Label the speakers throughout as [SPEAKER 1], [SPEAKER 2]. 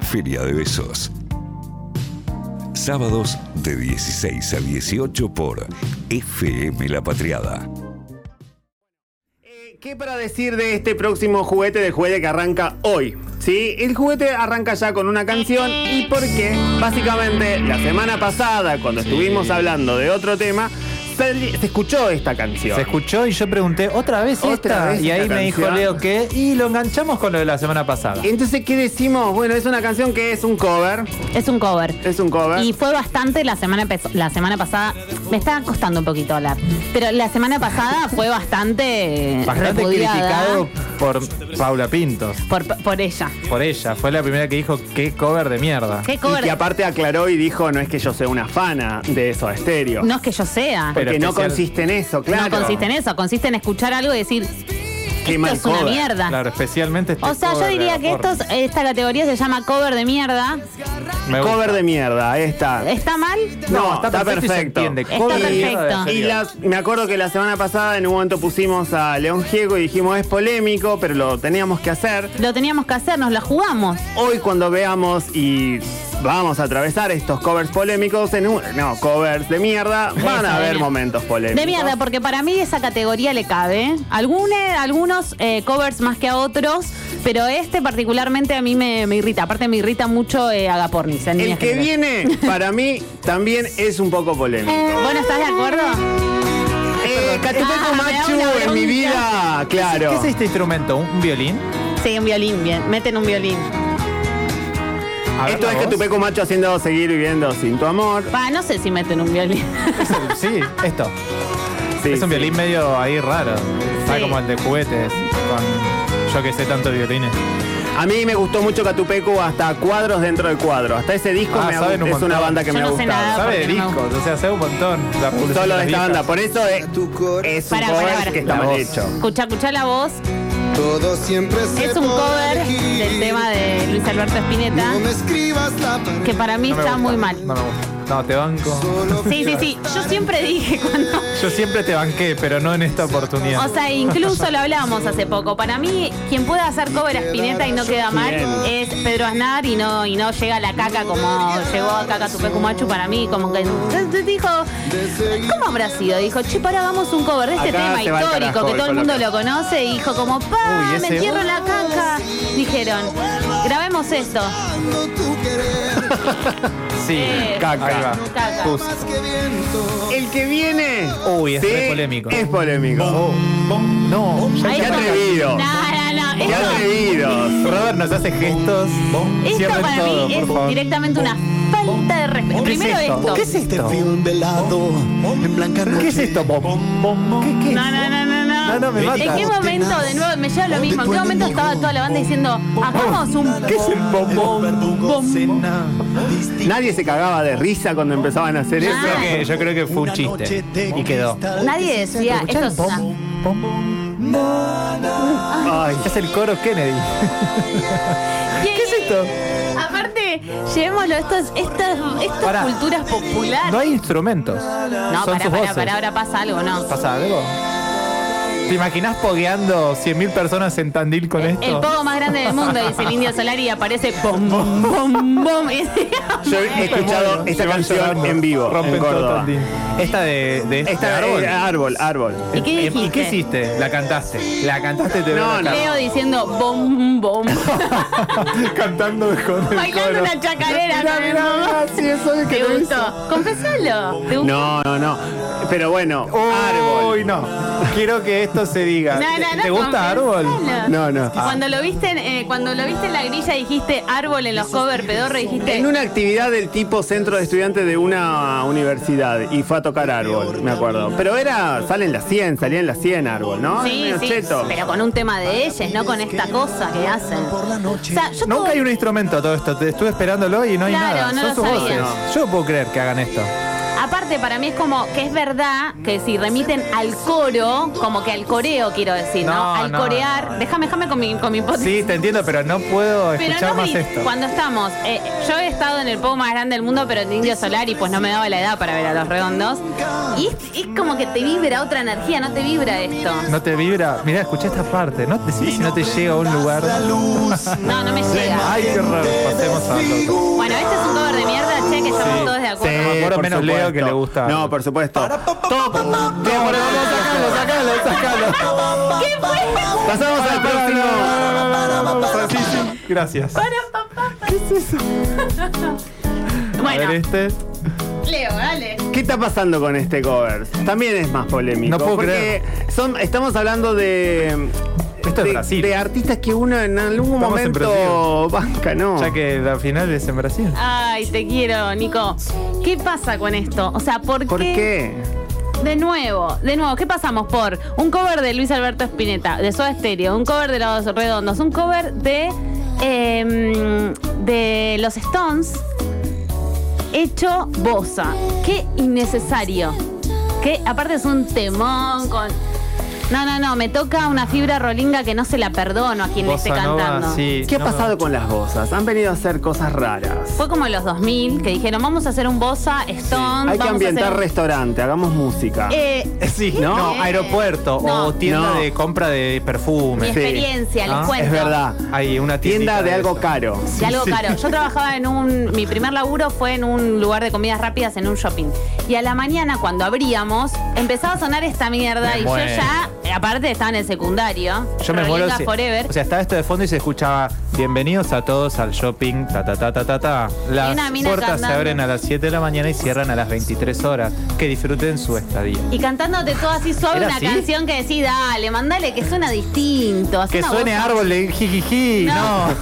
[SPEAKER 1] Feria de Besos. Sábados de 16 a 18 por FM La Patriada.
[SPEAKER 2] Eh, ¿Qué para decir de este próximo juguete del juguete que arranca hoy? Sí, el juguete arranca ya con una canción y porque básicamente la semana pasada, cuando estuvimos hablando de otro tema, sali- se escuchó esta canción.
[SPEAKER 3] Se escuchó y yo pregunté, ¿otra vez
[SPEAKER 2] ¿Otra
[SPEAKER 3] esta?
[SPEAKER 2] vez
[SPEAKER 3] y ahí
[SPEAKER 2] esta
[SPEAKER 3] me dijo
[SPEAKER 2] canción?
[SPEAKER 3] Leo que. Y lo enganchamos con lo de la semana pasada.
[SPEAKER 2] Entonces, ¿qué decimos? Bueno, es una canción que es un cover.
[SPEAKER 4] Es un cover.
[SPEAKER 2] Es un cover.
[SPEAKER 4] Y fue bastante la semana, pes- la semana pasada. Me está costando un poquito hablar. Pero la semana pasada fue bastante. eh,
[SPEAKER 3] Bastante
[SPEAKER 4] repudiada
[SPEAKER 3] criticado por Paula Pintos.
[SPEAKER 4] por, por ella.
[SPEAKER 3] Por ella. Fue la primera que dijo, qué cover de mierda.
[SPEAKER 4] ¿Qué
[SPEAKER 2] Y
[SPEAKER 4] cover?
[SPEAKER 2] que aparte aclaró y dijo, no es que yo sea una fana de eso, estéreo.
[SPEAKER 4] No es que yo sea.
[SPEAKER 2] porque
[SPEAKER 3] Pero
[SPEAKER 2] no
[SPEAKER 3] especial-
[SPEAKER 2] consiste en eso, claro.
[SPEAKER 4] No consiste en eso. Consiste en escuchar algo y decir.
[SPEAKER 2] Qué
[SPEAKER 4] esto
[SPEAKER 2] mal
[SPEAKER 4] es una
[SPEAKER 2] cover".
[SPEAKER 4] mierda.
[SPEAKER 3] Claro, especialmente este
[SPEAKER 4] O sea, yo
[SPEAKER 3] cover
[SPEAKER 4] diría
[SPEAKER 3] de
[SPEAKER 4] que
[SPEAKER 3] Acorn.
[SPEAKER 4] estos, eh, esta categoría se llama cover de mierda.
[SPEAKER 3] Me gusta.
[SPEAKER 2] Cover de mierda, ahí está.
[SPEAKER 4] ¿Está mal?
[SPEAKER 2] No, está,
[SPEAKER 3] y se
[SPEAKER 2] perfecto.
[SPEAKER 3] entiende.
[SPEAKER 4] Está
[SPEAKER 3] Cover de
[SPEAKER 4] perfecto.
[SPEAKER 3] mierda de
[SPEAKER 2] Y
[SPEAKER 3] serio.
[SPEAKER 2] las- me acuerdo que la semana pasada en un momento pusimos a León Giego y dijimos es polémico, pero lo teníamos que hacer.
[SPEAKER 4] Lo teníamos que hacer, nos la jugamos.
[SPEAKER 2] Hoy cuando veamos y vamos a atravesar estos covers polémicos en un... No, covers de mierda, van
[SPEAKER 4] Esa,
[SPEAKER 2] a
[SPEAKER 4] de
[SPEAKER 2] haber
[SPEAKER 4] mierda.
[SPEAKER 2] momentos polémicos.
[SPEAKER 4] De mierda, porque para mí esa categoría le cabe. ¿eh? Algune- algunos eh, covers más que a otros, pero este particularmente a mí me, me irrita. Aparte me irrita mucho eh, Agapornis. en
[SPEAKER 2] El
[SPEAKER 4] líneas
[SPEAKER 2] que
[SPEAKER 4] generales.
[SPEAKER 2] viene, para mí, también es un poco polémico.
[SPEAKER 4] Bueno, ¿estás de acuerdo?
[SPEAKER 2] Eh, Catupecu
[SPEAKER 4] Ah, me da
[SPEAKER 2] Machu
[SPEAKER 4] una
[SPEAKER 2] en mi
[SPEAKER 4] bronca.
[SPEAKER 2] vida, claro.
[SPEAKER 3] ¿Qué es este instrumento? ¿Un un violín?
[SPEAKER 4] Sí, un violín, bien. Meten un violín.
[SPEAKER 3] A ver,
[SPEAKER 2] Esto
[SPEAKER 3] la
[SPEAKER 2] es
[SPEAKER 3] voz.
[SPEAKER 2] Catupecu Macho haciendo seguir viviendo sin tu amor.
[SPEAKER 4] Va, no sé si meten un violín.
[SPEAKER 3] Es el- Sí, esto.
[SPEAKER 2] Sí,
[SPEAKER 3] es un
[SPEAKER 2] sí.
[SPEAKER 3] violín medio ahí raro. Sabe
[SPEAKER 4] Sí.
[SPEAKER 3] como el de juguetes. Con yo que sé tanto de violines.
[SPEAKER 2] A mí me gustó mucho Catupecu hasta cuadros dentro de cuadro. Hasta ese disco
[SPEAKER 3] Ah,
[SPEAKER 2] me ha-
[SPEAKER 3] saben un
[SPEAKER 2] es una
[SPEAKER 3] montón.
[SPEAKER 2] banda que
[SPEAKER 4] Yo
[SPEAKER 2] me ha
[SPEAKER 4] no sé
[SPEAKER 2] gustado.
[SPEAKER 4] nada.
[SPEAKER 3] Sabe de
[SPEAKER 4] porque no me
[SPEAKER 3] discos, o sea, sabe un montón. La publicidad
[SPEAKER 2] Solo de
[SPEAKER 3] las
[SPEAKER 2] esta
[SPEAKER 3] viejas.
[SPEAKER 2] banda. Por eso es, es un
[SPEAKER 4] Para,
[SPEAKER 2] cover
[SPEAKER 4] para, para.
[SPEAKER 2] que está
[SPEAKER 3] La
[SPEAKER 2] mal
[SPEAKER 3] voz.
[SPEAKER 2] hecho.
[SPEAKER 4] Escucha, escucha la voz.
[SPEAKER 5] Todo siempre se
[SPEAKER 4] Es un
[SPEAKER 5] podrá
[SPEAKER 4] cover
[SPEAKER 5] elegir.
[SPEAKER 4] del tema de Luis Alberto Espineta,
[SPEAKER 5] No me escribas la pared.
[SPEAKER 4] que para mí
[SPEAKER 3] No me
[SPEAKER 4] está
[SPEAKER 3] gusta,
[SPEAKER 4] muy mal.
[SPEAKER 3] No, me gusta. No, te banco.
[SPEAKER 5] Solo
[SPEAKER 4] Sí, sí, sí. Yo siempre dije cuando
[SPEAKER 3] Yo siempre te banqué, pero no en esta oportunidad.
[SPEAKER 4] O sea, incluso lo hablábamos hace poco. Para mí, quien puede hacer cover a Spinetta y no queda mal es Pedro Aznar y no, y no llega a la caca como llegó a caca Tupecu Machu. Para mí, como que te- te dijo, ¿cómo habrá sido? Dijo, che, pará, hagamos un cover de este
[SPEAKER 2] Acá
[SPEAKER 4] tema
[SPEAKER 2] se va el
[SPEAKER 4] histórico
[SPEAKER 2] carajo,
[SPEAKER 4] que todo
[SPEAKER 2] con
[SPEAKER 4] el
[SPEAKER 2] lo
[SPEAKER 4] mundo
[SPEAKER 2] que-
[SPEAKER 4] lo conoce. Y dijo, como, pa,
[SPEAKER 3] Uy,
[SPEAKER 4] me
[SPEAKER 3] ese-
[SPEAKER 4] entierro en la caca. Dijeron, grabemos esto.
[SPEAKER 5] dando tu querer,
[SPEAKER 3] sí,
[SPEAKER 4] eh,
[SPEAKER 2] caca.
[SPEAKER 3] Ahí va.
[SPEAKER 4] Caca.
[SPEAKER 3] Justo.
[SPEAKER 5] más que viento.
[SPEAKER 2] El que viene.
[SPEAKER 3] Uy, es
[SPEAKER 2] sí,
[SPEAKER 3] re polémico.
[SPEAKER 2] Es polémico.
[SPEAKER 3] Oh, no, ya
[SPEAKER 4] Ahí
[SPEAKER 2] Qué
[SPEAKER 4] está.
[SPEAKER 2] atrevido.
[SPEAKER 4] No, no, no.
[SPEAKER 2] Qué
[SPEAKER 4] Esto-
[SPEAKER 2] atrevidos.
[SPEAKER 3] Robert nos hace gestos.
[SPEAKER 4] Esto
[SPEAKER 3] Cierren
[SPEAKER 4] para
[SPEAKER 3] todo,
[SPEAKER 4] mí
[SPEAKER 3] por
[SPEAKER 4] es
[SPEAKER 3] favor.
[SPEAKER 4] directamente una falta de respeto.
[SPEAKER 3] ¿Qué
[SPEAKER 4] Primero
[SPEAKER 3] es esto?
[SPEAKER 4] esto.
[SPEAKER 3] ¿Qué es
[SPEAKER 5] Te
[SPEAKER 3] esto?
[SPEAKER 5] Este fui un velado en blanca noche.
[SPEAKER 3] ¿Qué es esto? Bom, bom, ¿Qué, qué?
[SPEAKER 4] No, no, no, no, no.
[SPEAKER 3] No, no, me mata.
[SPEAKER 4] ¿En qué momento, de nuevo, me lleva lo mismo? ¿En qué momento estaba toda la banda diciendo, hagamos un.
[SPEAKER 3] ¿Qué es el bom, bom, bom?
[SPEAKER 5] Cena,
[SPEAKER 2] Nadie se cagaba de risa cuando empezaban a hacer
[SPEAKER 4] Ah.
[SPEAKER 3] Creo
[SPEAKER 2] eso.
[SPEAKER 3] que- yo creo que fue un chiste. Y quedó.
[SPEAKER 4] Nadie decía, esto es una.
[SPEAKER 2] Ay,
[SPEAKER 3] Es el coro Kennedy.
[SPEAKER 4] ¿Qué es esto? Aparte, llevémoslo, esto es- estas, estas
[SPEAKER 3] Pará.
[SPEAKER 4] culturas populares.
[SPEAKER 3] No hay instrumentos.
[SPEAKER 4] No,
[SPEAKER 3] Son
[SPEAKER 4] para,
[SPEAKER 3] sus
[SPEAKER 4] para,
[SPEAKER 3] voces.
[SPEAKER 4] para, ahora pasa algo, ¿no?
[SPEAKER 3] ¿Pasa algo? ¿Te imaginas pogueando 100.000 personas en Tandil con esto?
[SPEAKER 4] El pogo más grande del mundo, dice el indio Solari, y aparece bom, bom, bom, bom. Y se-
[SPEAKER 2] yo he escuchado esta
[SPEAKER 3] Se van
[SPEAKER 2] canción
[SPEAKER 3] llorando.
[SPEAKER 2] en vivo
[SPEAKER 3] Rompen
[SPEAKER 2] en
[SPEAKER 3] todo
[SPEAKER 2] Córdoba.
[SPEAKER 3] Tandil. Esta de, de este
[SPEAKER 2] Esta eh,
[SPEAKER 3] árbol.
[SPEAKER 2] árbol, árbol, árbol.
[SPEAKER 4] ¿Y qué
[SPEAKER 3] Em-
[SPEAKER 4] dijiste?
[SPEAKER 3] hiciste? La cantaste. La cantaste te
[SPEAKER 2] No,
[SPEAKER 3] veo la
[SPEAKER 4] Leo diciendo bom, bom.
[SPEAKER 3] cara. Cantando con el
[SPEAKER 4] Bailando
[SPEAKER 3] coro.
[SPEAKER 4] una chacarera.
[SPEAKER 2] Mirá,
[SPEAKER 4] con el
[SPEAKER 2] mirá,
[SPEAKER 4] mamá.
[SPEAKER 2] mirá, sí, eso es que
[SPEAKER 4] ¿Te
[SPEAKER 2] lo hizo.
[SPEAKER 4] gustó? Confesalo. ¿Te gustó?
[SPEAKER 2] No, no, no. Pero bueno, árbol.
[SPEAKER 3] Uy, no. Quiero que esto se diga.
[SPEAKER 4] No, no, no,
[SPEAKER 3] ¿Te gusta árbol?
[SPEAKER 4] confesalo.
[SPEAKER 2] No, no.
[SPEAKER 4] Cuando lo viste en, eh, cuando lo viste en la grilla dijiste árbol en los cover pedorro dijiste
[SPEAKER 2] En una actividad del tipo centro de estudiantes de una universidad y fue a tocar árbol, me acuerdo. Pero era, salen las 100, salían las 100 árbol, ¿no?
[SPEAKER 4] sí,
[SPEAKER 2] Medio
[SPEAKER 4] sí,
[SPEAKER 2] cheto.
[SPEAKER 4] pero con un tema de ellas, no con esta cosa que hacen. O sea, yo
[SPEAKER 3] Nunca
[SPEAKER 4] tuve-
[SPEAKER 3] hay un instrumento a todo esto. Te estuve esperándolo y no hay nada.
[SPEAKER 4] Claro, no
[SPEAKER 3] Son
[SPEAKER 4] lo
[SPEAKER 3] sus
[SPEAKER 4] sabía.
[SPEAKER 3] voces. Yo no puedo creer que hagan esto.
[SPEAKER 4] aparte parte para mí es como que es verdad que si remiten al coro, como que al coreo quiero decir, ¿no?
[SPEAKER 3] No,
[SPEAKER 4] al
[SPEAKER 3] no,
[SPEAKER 4] corear.
[SPEAKER 3] no, no.
[SPEAKER 4] Déjame, déjame con mi, con mi hipótesis.
[SPEAKER 3] Sí, te entiendo, pero no puedo
[SPEAKER 4] Pero
[SPEAKER 3] escuchar
[SPEAKER 4] no
[SPEAKER 3] más
[SPEAKER 4] vi-
[SPEAKER 3] esto.
[SPEAKER 4] cuando estamos, eh, yo he estado en el poco más grande del mundo, pero en Indio Solari pues no me daba la edad para ver a los redondos. Y es, es como que te vibra otra energía, no te vibra esto.
[SPEAKER 3] No te vibra. Mirá, escuché esta parte. No te si no te llega a un lugar.
[SPEAKER 4] No, no me llega.
[SPEAKER 3] Ay, qué raro. Pasemos a otro.
[SPEAKER 4] Bueno, este es un cover de mierda, che, que estamos
[SPEAKER 3] Sí.
[SPEAKER 4] todos de
[SPEAKER 2] Sí,
[SPEAKER 4] acuerdo.
[SPEAKER 3] me acuerdo
[SPEAKER 2] por
[SPEAKER 3] menos Leo
[SPEAKER 2] supuesto.
[SPEAKER 3] que le gusta.
[SPEAKER 2] No, por supuesto. Top.
[SPEAKER 3] No, no, no, sacalo, sacalo, sacalo.
[SPEAKER 4] ¿Qué fue?
[SPEAKER 2] Pasamos al próximo.
[SPEAKER 3] Gracias.
[SPEAKER 4] Para, papá. ¿Qué es eso?
[SPEAKER 3] A ver
[SPEAKER 4] bueno,
[SPEAKER 3] este.
[SPEAKER 4] Leo, dale.
[SPEAKER 2] ¿Qué está pasando con este cover? También es más polémico.
[SPEAKER 3] No puedo
[SPEAKER 2] porque son, estamos hablando de.
[SPEAKER 3] Esto es
[SPEAKER 2] de-
[SPEAKER 3] Brasil.
[SPEAKER 2] de artistas que uno en algún
[SPEAKER 3] Estamos en
[SPEAKER 2] momento banca, ¿no?
[SPEAKER 3] Ya que la final es en Brasil.
[SPEAKER 4] Ay, te quiero, Nico. ¿Qué pasa con esto? O sea, ¿por,
[SPEAKER 2] ¿Por qué?
[SPEAKER 4] De nuevo, de nuevo, ¿qué pasamos por? Un cover de Luis Alberto Spinetta, de Soda Stereo, un cover de Los Redondos, un cover de, em, de Los Stones, hecho bosa. Qué innecesario. Que aparte es un temón con... No, no, no, me toca una fibra rolinga que no se la perdono a quien le esté
[SPEAKER 3] Bossa Nova,
[SPEAKER 4] cantando.
[SPEAKER 3] sí,
[SPEAKER 2] ¿Qué ha
[SPEAKER 3] no.
[SPEAKER 2] pasado con las bozas? Han venido a hacer cosas raras.
[SPEAKER 4] Fue como en los 2000 que dijeron, vamos a hacer un bosa, Stone,
[SPEAKER 2] Hay que
[SPEAKER 4] vamos a
[SPEAKER 2] ambientar
[SPEAKER 4] hacer... un-
[SPEAKER 2] restaurante, hagamos música.
[SPEAKER 4] Eh,
[SPEAKER 3] Sí,
[SPEAKER 2] ¿No?
[SPEAKER 3] no, aeropuerto
[SPEAKER 4] No.
[SPEAKER 3] o tienda
[SPEAKER 2] No.
[SPEAKER 3] de compra de
[SPEAKER 4] mi
[SPEAKER 3] perfume.
[SPEAKER 2] Sí.
[SPEAKER 4] experiencia, les
[SPEAKER 3] Ah, es
[SPEAKER 4] cuento.
[SPEAKER 2] es verdad.
[SPEAKER 3] Hay una
[SPEAKER 2] Tienda
[SPEAKER 3] tiendita
[SPEAKER 2] de algo
[SPEAKER 3] eso.
[SPEAKER 2] caro.
[SPEAKER 4] de algo
[SPEAKER 3] sí.
[SPEAKER 4] caro. Yo trabajaba en un. Mi primer laburo fue en un lugar de comidas rápidas, en un shopping. Y a la mañana, cuando abríamos, empezaba a sonar esta mierda.
[SPEAKER 3] Me
[SPEAKER 4] y
[SPEAKER 3] muero.
[SPEAKER 4] yo ya, eh, aparte, estaba en el secundario.
[SPEAKER 3] Yo me muero.
[SPEAKER 4] Rolinga
[SPEAKER 3] si-
[SPEAKER 4] Forever.
[SPEAKER 3] O sea, estaba esto de fondo y se escuchaba Bienvenidos a todos al shopping. Ta ta ta ta ta ta. Las
[SPEAKER 4] una mina
[SPEAKER 3] puertas se
[SPEAKER 4] cantando.
[SPEAKER 3] abren a las 7 de la mañana y cierran a las 23 horas. Que disfruten su estadía.
[SPEAKER 4] y cantándote todo así suave
[SPEAKER 3] ¿Era
[SPEAKER 4] una
[SPEAKER 3] así?
[SPEAKER 4] canción que decís, dale, mandale que suena distinto. hacé
[SPEAKER 3] Que
[SPEAKER 4] una
[SPEAKER 3] suene
[SPEAKER 4] voz-
[SPEAKER 3] árbol, le- jijiji.
[SPEAKER 4] No.
[SPEAKER 3] No.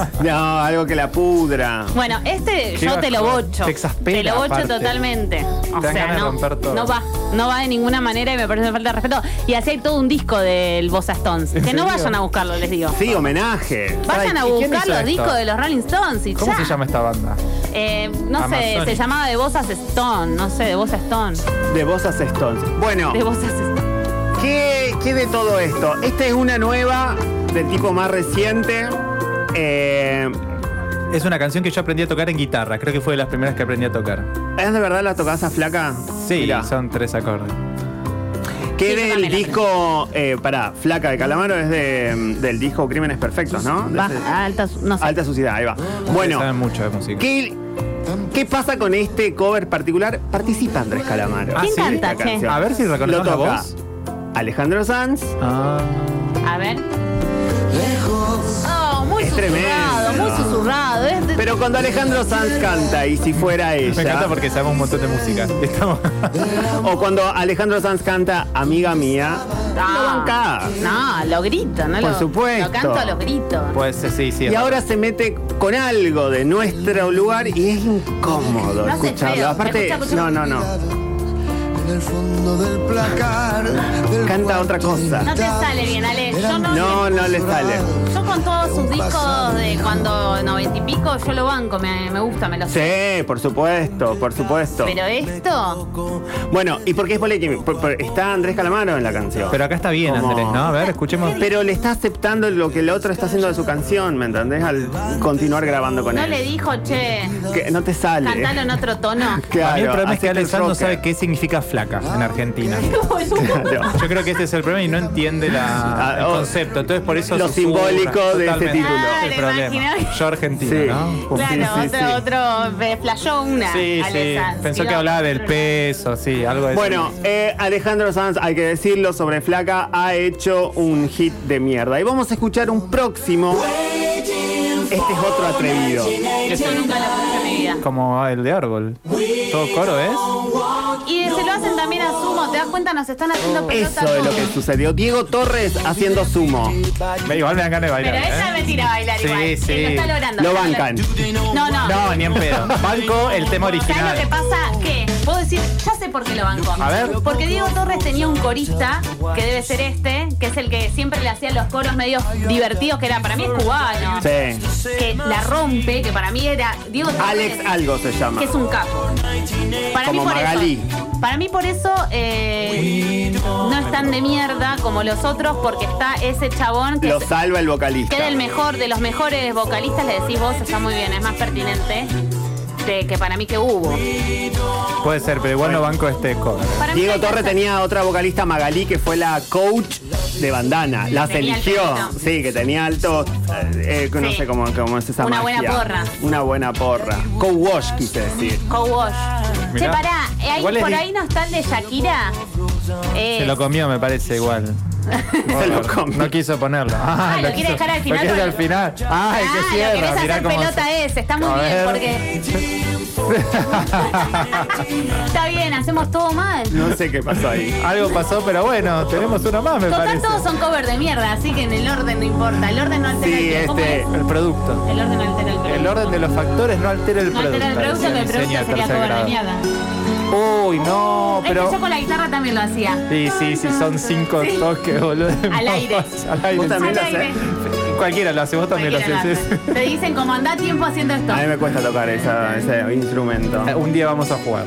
[SPEAKER 2] No, algo que la pudra.
[SPEAKER 4] Bueno, este yo te lo
[SPEAKER 3] bajón.
[SPEAKER 4] bocho.
[SPEAKER 3] Te exaspera,
[SPEAKER 4] Te lo bocho
[SPEAKER 3] aparte.
[SPEAKER 4] totalmente. O
[SPEAKER 3] Te dan
[SPEAKER 4] sea,
[SPEAKER 3] ganas de
[SPEAKER 4] no,
[SPEAKER 3] romper todo.
[SPEAKER 4] no va, no va de ninguna manera y me parece una falta de respeto. Y así hay todo un disco del Bossa Stones. Que no
[SPEAKER 3] serio?
[SPEAKER 4] vayan a buscarlo, les digo.
[SPEAKER 2] Sí, homenaje.
[SPEAKER 4] Vayan
[SPEAKER 3] Ay,
[SPEAKER 4] a
[SPEAKER 3] ¿y quién
[SPEAKER 4] buscar
[SPEAKER 3] hizo
[SPEAKER 4] los
[SPEAKER 3] esto?
[SPEAKER 4] discos de los Rolling Stones y
[SPEAKER 3] ¿Cómo
[SPEAKER 4] ya.
[SPEAKER 3] se llama esta banda?
[SPEAKER 4] Eh, no sé,
[SPEAKER 3] Amazónica.
[SPEAKER 4] se llamaba The Bosas Stone, no sé, The Bosas Stone.
[SPEAKER 2] De Bozas Stones. Bueno,
[SPEAKER 4] The Bosas Stone.
[SPEAKER 2] ¿qué, qué de todo esto? Esta es una nueva del tipo más reciente. Eh,
[SPEAKER 3] Es una canción que yo aprendí a tocar en guitarra. Creo que fue de las primeras que aprendí a tocar.
[SPEAKER 2] ¿Es de verdad la tocasa flaca?
[SPEAKER 3] Sí,
[SPEAKER 2] Mirá,
[SPEAKER 3] son tres acordes.
[SPEAKER 2] que
[SPEAKER 4] Sí, yo
[SPEAKER 2] del
[SPEAKER 4] también la
[SPEAKER 2] disco, eh, pará, flaca de Calamaro es de, mm, del disco Crímenes Perfectos, ¿no? De ese-
[SPEAKER 4] Baja, alta, no sé.
[SPEAKER 2] Alta suciedad, ahí va. Bueno,
[SPEAKER 3] Saben mucho de música.
[SPEAKER 2] ¿qué, qué pasa con este cover particular? Participa Andrés Calamaro.
[SPEAKER 3] Ah, ¿Quién
[SPEAKER 2] en
[SPEAKER 4] canta,
[SPEAKER 2] esta
[SPEAKER 4] che?
[SPEAKER 2] canción.
[SPEAKER 3] A ver si
[SPEAKER 2] Lo
[SPEAKER 3] reconocemos la
[SPEAKER 2] toca
[SPEAKER 3] voz.
[SPEAKER 2] Alejandro Sanz.
[SPEAKER 3] Ah.
[SPEAKER 4] A ver. Oh, muy
[SPEAKER 2] Es
[SPEAKER 4] susurrado,
[SPEAKER 2] tremendo.
[SPEAKER 4] muy susurrado. es de-
[SPEAKER 2] Pero cuando Alejandro Sanz canta, y si fuera ella.
[SPEAKER 3] Me encanta porque sabemos un montón de música. Estamos-
[SPEAKER 2] O cuando Alejandro Sanz canta Amiga Mía,
[SPEAKER 4] Ah,
[SPEAKER 2] lo bancás.
[SPEAKER 4] No, lo grito, no
[SPEAKER 2] Por
[SPEAKER 4] lo.
[SPEAKER 2] supuesto.
[SPEAKER 4] Lo canto a los gritos.
[SPEAKER 3] Pues sí, sí.
[SPEAKER 2] Y ahora se mete con algo de nuestro lugar y es incómodo
[SPEAKER 4] Lo hace
[SPEAKER 2] escucharlo.
[SPEAKER 4] feo.
[SPEAKER 2] Aparte,
[SPEAKER 4] Escucha, escucha.
[SPEAKER 2] no, no, no.
[SPEAKER 5] En el fondo del placar. del
[SPEAKER 2] Canta otra
[SPEAKER 5] cuarto
[SPEAKER 2] cosa.
[SPEAKER 4] No te sale bien, Ale. Yo no.
[SPEAKER 2] No, no le sale.
[SPEAKER 4] Yo con todos sus discos de cuando noventa y pico, yo lo banco, me, me gusta, me lo sé.
[SPEAKER 2] Sí, por supuesto, por supuesto.
[SPEAKER 4] Pero esto,
[SPEAKER 2] Bueno, ¿y por qué es polémico? Por- por- Está Andrés Calamaro en la canción.
[SPEAKER 3] Pero acá está bien,
[SPEAKER 2] Como-
[SPEAKER 3] Andrés, ¿no? A ver, escuchemos.
[SPEAKER 2] Pero le está aceptando lo que el otro está haciendo de su canción, ¿me entendés? Al continuar grabando con
[SPEAKER 4] no
[SPEAKER 2] él.
[SPEAKER 4] le dijo, che,
[SPEAKER 2] Que no te sale.
[SPEAKER 4] cantalo en otro tono.
[SPEAKER 2] Claro,
[SPEAKER 3] a mí el problema es que
[SPEAKER 2] hacete el
[SPEAKER 3] Alessandro
[SPEAKER 2] rocker. Ah,
[SPEAKER 3] sabe qué significa flaca en Argentina.
[SPEAKER 2] Claro.
[SPEAKER 3] Yo creo que este es el problema y no entiende la-
[SPEAKER 2] Ah,
[SPEAKER 3] el
[SPEAKER 2] oh.
[SPEAKER 3] concepto. Entonces, por eso.
[SPEAKER 2] Lo
[SPEAKER 3] susurra.
[SPEAKER 2] simbólico de este
[SPEAKER 3] Totalmente.
[SPEAKER 2] título.
[SPEAKER 3] Ese es el
[SPEAKER 4] Claro,
[SPEAKER 3] problema.
[SPEAKER 4] imagínate.
[SPEAKER 3] Yo argentino,
[SPEAKER 2] Sí.
[SPEAKER 3] ¿no?
[SPEAKER 4] Claro,
[SPEAKER 2] Sí, sí,
[SPEAKER 4] otro,
[SPEAKER 2] sí.
[SPEAKER 4] otro, me flashó una.
[SPEAKER 3] Sí, sí.
[SPEAKER 4] Alessandro.
[SPEAKER 3] Pensó que hablaba del peso, sí, algo de eso.
[SPEAKER 2] Bueno, eh, Alejandro Sanz, hay que decirlo, sobre Flaca ha hecho un hit de mierda. Y vamos a escuchar un próximo. Este es otro atrevido.
[SPEAKER 4] Yo nunca la puse en mi vida.
[SPEAKER 3] Como el de árbol. Todo coro ¿eh? es.
[SPEAKER 4] Y se lo hacen también a Sumo, ¿te das cuenta? Nos están haciendo pelota
[SPEAKER 2] Oh, Eso es lo
[SPEAKER 4] todos.
[SPEAKER 2] que sucedió. Diego Torres haciendo sumo.
[SPEAKER 3] Me- Igual me dan ganas de bailar.
[SPEAKER 4] Pero ella
[SPEAKER 3] ¿eh?
[SPEAKER 4] me tira a bailar
[SPEAKER 3] Sí,
[SPEAKER 4] igual.
[SPEAKER 3] sí.
[SPEAKER 4] Lo está logrando.
[SPEAKER 2] Lo
[SPEAKER 4] está
[SPEAKER 2] bancan.
[SPEAKER 4] logrando. No, no.
[SPEAKER 3] No, ni en pedo. Banco el tema
[SPEAKER 4] ¿Sabes lo que
[SPEAKER 3] original.
[SPEAKER 4] pasa? Que puedo decir, ya sé por qué lo banco.
[SPEAKER 3] A ver.
[SPEAKER 4] Porque Diego Torres tenía un corista, que debe ser este, que es el que siempre le hacía los coros medio divertidos, que era para mí es cubano.
[SPEAKER 2] Sí.
[SPEAKER 4] Que la rompe, que para mí era Diego Torres.
[SPEAKER 2] Alex Algo se llama.
[SPEAKER 4] que es un capo. Para
[SPEAKER 2] Como
[SPEAKER 4] mí por
[SPEAKER 2] Magalí.
[SPEAKER 4] eso. Para mí por eso eh, no es tan de mierda como los otros, porque está ese chabón que
[SPEAKER 2] Lo
[SPEAKER 4] es-
[SPEAKER 2] salva el vocalista.
[SPEAKER 4] que era el mejor, de los mejores vocalistas, le decís vos, está muy bien, es más pertinente de que para mí que hubo.
[SPEAKER 3] Puede ser, pero igual no banco este cover.
[SPEAKER 4] Para mí
[SPEAKER 2] Diego
[SPEAKER 4] no hay
[SPEAKER 2] Torre
[SPEAKER 4] cosa.
[SPEAKER 2] tenía otra vocalista Magalí que fue la coach de bandana. Las
[SPEAKER 4] Tenía
[SPEAKER 2] eligió.
[SPEAKER 4] alternito.
[SPEAKER 2] Sí, que tenía alto. eh, eh, no
[SPEAKER 4] Sí.
[SPEAKER 2] sé cómo, cómo es esa
[SPEAKER 4] Una
[SPEAKER 2] magia.
[SPEAKER 4] buena porra.
[SPEAKER 2] Una buena porra. Co-wash quise decir.
[SPEAKER 4] Co-wash. Che,
[SPEAKER 3] Mirá.
[SPEAKER 4] pará, eh, ahí-
[SPEAKER 3] Igual es
[SPEAKER 4] por
[SPEAKER 3] di-
[SPEAKER 4] ahí no está el de Shakira. Eh,
[SPEAKER 3] Se lo comió, me parece igual.
[SPEAKER 2] Se lo comió.
[SPEAKER 3] No quiso ponerlo. Ah,
[SPEAKER 4] Ah, lo quiere dejar al final
[SPEAKER 3] Lo quiere
[SPEAKER 4] para-
[SPEAKER 3] al final. Ay,
[SPEAKER 4] Ah,
[SPEAKER 3] que
[SPEAKER 4] lo
[SPEAKER 3] cierra.
[SPEAKER 4] querés
[SPEAKER 3] mirá
[SPEAKER 4] hacer
[SPEAKER 3] cómo
[SPEAKER 4] pelota
[SPEAKER 3] se-
[SPEAKER 4] ese, está muy
[SPEAKER 3] A
[SPEAKER 4] bien
[SPEAKER 3] ver.
[SPEAKER 4] porque está bien, hacemos todo mal.
[SPEAKER 2] No sé qué pasó ahí.
[SPEAKER 3] Algo pasó, pero bueno, tenemos uno más, me
[SPEAKER 4] Total,
[SPEAKER 3] parece.
[SPEAKER 4] todos son cover de mierda, así que en el orden no importa. El orden no altera
[SPEAKER 2] Sí,
[SPEAKER 4] el ¿cómo
[SPEAKER 2] este,
[SPEAKER 4] es?
[SPEAKER 3] El producto.
[SPEAKER 4] El orden no altera el
[SPEAKER 3] El orden de los factores no altera el
[SPEAKER 4] No
[SPEAKER 3] producto.
[SPEAKER 4] altera el producto, que el
[SPEAKER 3] dice el
[SPEAKER 4] producto
[SPEAKER 3] diseño
[SPEAKER 4] sería
[SPEAKER 3] tercer
[SPEAKER 4] cover de
[SPEAKER 3] grado.
[SPEAKER 4] mierda.
[SPEAKER 3] Uy, no,
[SPEAKER 4] Es que
[SPEAKER 3] pero.
[SPEAKER 4] yo con la guitarra también lo hacía.
[SPEAKER 3] Sí, sí, sí, son cinco
[SPEAKER 4] Sí.
[SPEAKER 3] toques, boludo.
[SPEAKER 4] Al aire.
[SPEAKER 3] Al aire.
[SPEAKER 2] Vos también
[SPEAKER 4] Al
[SPEAKER 2] lo hacés.
[SPEAKER 4] aire.
[SPEAKER 3] Cualquiera lo hace, vos también lo
[SPEAKER 4] Cualquiera
[SPEAKER 3] haces.
[SPEAKER 4] lo hace. Te dicen como andá tiempo haciendo esto.
[SPEAKER 2] A mí me cuesta tocar esa- ese instrumento.
[SPEAKER 3] Un día vamos a jugar.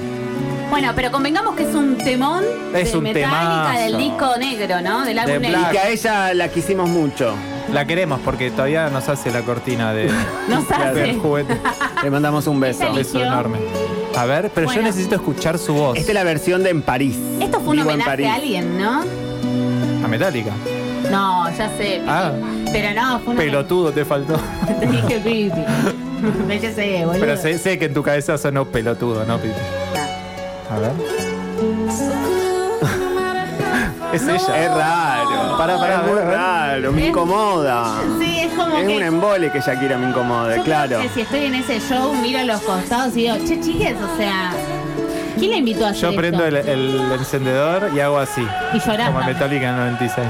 [SPEAKER 4] Bueno, pero convengamos que es un temón
[SPEAKER 3] Es
[SPEAKER 4] de
[SPEAKER 3] un
[SPEAKER 4] Metallica
[SPEAKER 3] temazo.
[SPEAKER 4] del disco negro, ¿no? Del álbum
[SPEAKER 3] De
[SPEAKER 4] negro.
[SPEAKER 2] Y que a ella la quisimos mucho.
[SPEAKER 3] La queremos porque todavía nos hace la cortina de,
[SPEAKER 4] Nos
[SPEAKER 3] de
[SPEAKER 4] hace.
[SPEAKER 3] juguete.
[SPEAKER 2] Le mandamos un beso.
[SPEAKER 4] Esa
[SPEAKER 3] Un beso enorme. A ver, pero yo
[SPEAKER 4] Bueno.
[SPEAKER 3] necesito escuchar su voz.
[SPEAKER 2] Esta es Este la versión de En París.
[SPEAKER 4] Esto fue un
[SPEAKER 2] Vivo en
[SPEAKER 4] homenaje
[SPEAKER 2] París.
[SPEAKER 4] a alguien, ¿no?
[SPEAKER 3] A Metallica.
[SPEAKER 4] No, ya sé.
[SPEAKER 3] Ah.
[SPEAKER 4] Pero no, fue un
[SPEAKER 3] Pelotudo te faltó.
[SPEAKER 4] Te dije Pipi. Ya sé, boludo.
[SPEAKER 3] Pero sé, sé que en tu cabeza sonó pelotudo, ¿no, Pipi? A ver. es ella.
[SPEAKER 2] Es raro.
[SPEAKER 3] Pará, pará,
[SPEAKER 2] es muy
[SPEAKER 3] a ver, a ver.
[SPEAKER 2] raro. Me
[SPEAKER 4] Es-
[SPEAKER 2] incomoda.
[SPEAKER 4] Sí, es como
[SPEAKER 2] Es
[SPEAKER 4] que...
[SPEAKER 2] un embole que Shakira me incomode,
[SPEAKER 4] yo
[SPEAKER 2] claro.
[SPEAKER 4] creo que si estoy en ese show, miro a los costados y digo, che, chiques, o sea... ¿Quién la invitó a hacer
[SPEAKER 3] Yo prendo el,
[SPEAKER 4] esto?
[SPEAKER 3] el encendedor y hago así.
[SPEAKER 4] Y llorás
[SPEAKER 3] Como
[SPEAKER 4] también.
[SPEAKER 3] Metallica en el 96.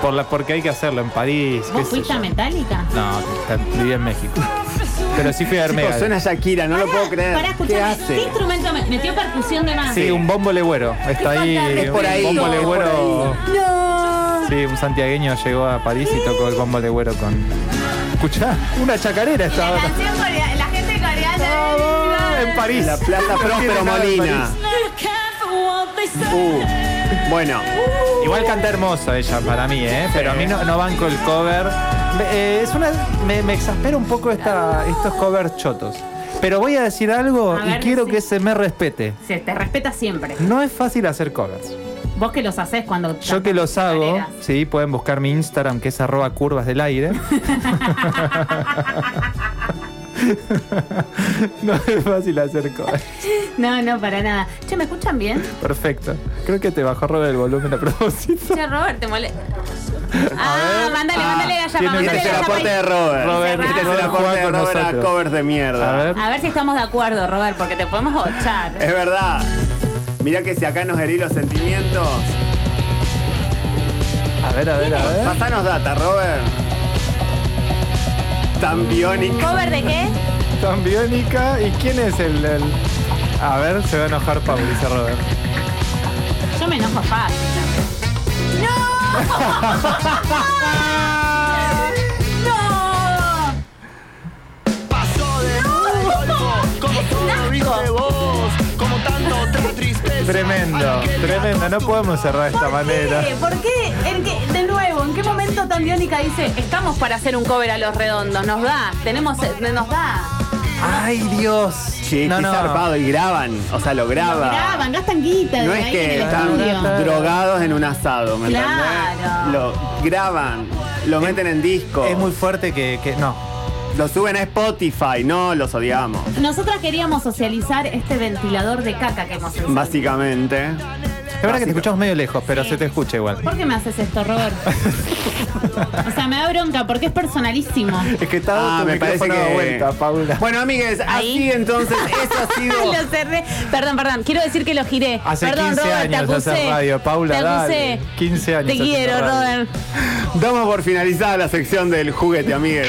[SPEAKER 3] Por la, porque hay que hacerlo en París. qué
[SPEAKER 4] ¿Vos
[SPEAKER 3] sé
[SPEAKER 4] fuiste
[SPEAKER 3] yo.
[SPEAKER 4] a Metallica?
[SPEAKER 3] No, viví en México. Pero sí fui a ver
[SPEAKER 2] Chicos,
[SPEAKER 3] Megadeth.
[SPEAKER 2] suena Shakira, no lo puedo creer.
[SPEAKER 4] Para
[SPEAKER 2] ¿Qué
[SPEAKER 4] escuchar, ¿qué,
[SPEAKER 2] hace?
[SPEAKER 4] instrumento me- metió percusión de más?
[SPEAKER 3] Eh, Sí, un bombo legüero. Está ahí.
[SPEAKER 4] Es
[SPEAKER 2] por ahí,
[SPEAKER 3] Un bombo
[SPEAKER 2] es por
[SPEAKER 3] legüero.
[SPEAKER 4] No.
[SPEAKER 3] Sí, un santiagueño llegó a París y tocó el bombo legüero con. Escuchá, una chacarera
[SPEAKER 4] Y la
[SPEAKER 3] estaba.
[SPEAKER 4] canción coreana, la gente coreana.
[SPEAKER 3] En París.
[SPEAKER 2] La Plaza Próspero Molina. Uh, bueno,
[SPEAKER 3] Igual canta hermoso ella para mí, ¿eh? Pero a mí no, no banco el cover. Me- eh, es una, me, me exaspera un poco esta, estos covers chotos. Pero voy a decir algo
[SPEAKER 4] A
[SPEAKER 3] y
[SPEAKER 4] ver,
[SPEAKER 3] quiero
[SPEAKER 4] decí.
[SPEAKER 3] que se me respete.
[SPEAKER 4] Se te respeta siempre.
[SPEAKER 3] No es fácil hacer covers.
[SPEAKER 4] Vos que los haces cuando.
[SPEAKER 3] Yo que los hago,
[SPEAKER 4] maneras.
[SPEAKER 3] sí, pueden buscar mi Instagram que es arroba curvas del aire. no es fácil hacer cosas.
[SPEAKER 4] No, no, para nada. Che, ¿me escuchan bien?
[SPEAKER 3] Perfecto. Creo que te bajó Robert el volumen a propósito.
[SPEAKER 4] Che, Robert, te molesta. Ah, mándale,
[SPEAKER 2] Ah,
[SPEAKER 4] mándale la
[SPEAKER 3] tiene
[SPEAKER 4] llamada.
[SPEAKER 3] un
[SPEAKER 2] este es el
[SPEAKER 4] Mándale la
[SPEAKER 3] tercer
[SPEAKER 2] aporte
[SPEAKER 4] llamada.
[SPEAKER 2] de Robert.
[SPEAKER 3] Robert,
[SPEAKER 2] este es el
[SPEAKER 3] Robert
[SPEAKER 2] aporte
[SPEAKER 3] juega
[SPEAKER 2] de
[SPEAKER 3] con
[SPEAKER 2] Robert a
[SPEAKER 3] nosotros.
[SPEAKER 2] covers de mierda.
[SPEAKER 3] A ver.
[SPEAKER 4] A ver si estamos de acuerdo, Robert, porque te podemos bochar.
[SPEAKER 2] Es verdad. Mirá que si acá nos herí los sentimientos.
[SPEAKER 3] A ver, a ver, a ver.
[SPEAKER 2] Pasanos data, Robert. Tan biónico.
[SPEAKER 4] ¿Cover de qué?
[SPEAKER 3] Tan biónica. ¿Y quién es el, el- A ver, se va a enojar Pablo, dice Robert.
[SPEAKER 4] Yo me enojo fácil. ¡No! ¡No!
[SPEAKER 3] Tremendo, tremendo. No podemos cerrar de esta
[SPEAKER 4] ¿Por qué?
[SPEAKER 3] manera.
[SPEAKER 4] ¿Por qué? ¿En qué? De nuevo, ¿en qué momento tan biónica dice estamos para hacer un cover a los redondos? Nos da, tenemos, eh, nos da.
[SPEAKER 3] ¡Ay, Dios!
[SPEAKER 2] Che, qué zarpado. Y graban. O sea, lo graba.
[SPEAKER 4] Graban, gastan guita de
[SPEAKER 2] No es
[SPEAKER 4] ahí
[SPEAKER 2] que
[SPEAKER 4] en el
[SPEAKER 2] están
[SPEAKER 4] estudio.
[SPEAKER 2] drogados en un asado, ¿me entendés?
[SPEAKER 4] Claro.
[SPEAKER 2] Lo graban, lo meten en disco,
[SPEAKER 3] Es muy fuerte que, que- No.
[SPEAKER 2] lo suben a Spotify, no, los odiamos.
[SPEAKER 4] Nosotras queríamos socializar este ventilador de caca que hemos hecho.
[SPEAKER 2] Básicamente.
[SPEAKER 3] Es verdad que te escuchamos medio lejos, pero se te escucha igual.
[SPEAKER 4] ¿Por qué me haces esto, Robert? o sea, me da bronca porque es personalísimo.
[SPEAKER 3] Es que estaba
[SPEAKER 2] Ah,
[SPEAKER 3] tu
[SPEAKER 2] me parece
[SPEAKER 3] micrófono
[SPEAKER 2] que...
[SPEAKER 3] de vuelta, Paula.
[SPEAKER 2] Bueno, amigues,
[SPEAKER 4] Ahí.
[SPEAKER 2] así entonces, eso ha sido...
[SPEAKER 4] Lo cerré. Perdón, perdón. Quiero decir que lo giré.
[SPEAKER 3] Hace
[SPEAKER 4] perdón,
[SPEAKER 3] 15
[SPEAKER 4] Robert,
[SPEAKER 3] años
[SPEAKER 4] te acusé.
[SPEAKER 3] hacer radio, Paula,
[SPEAKER 4] te
[SPEAKER 3] dale.
[SPEAKER 4] acusé.
[SPEAKER 3] 15 años
[SPEAKER 4] Te
[SPEAKER 3] haciendo
[SPEAKER 4] quiero,
[SPEAKER 3] radio.
[SPEAKER 4] Robert.
[SPEAKER 2] Damos por finalizada la sección del juguete, amigues.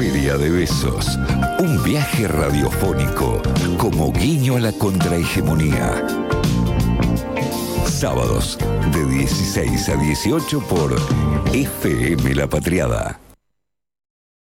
[SPEAKER 1] lluvia de besos, un viaje radiofónico como guiño a la contrahegemonía. Sábados de 16 a 18 por FM La Patriada.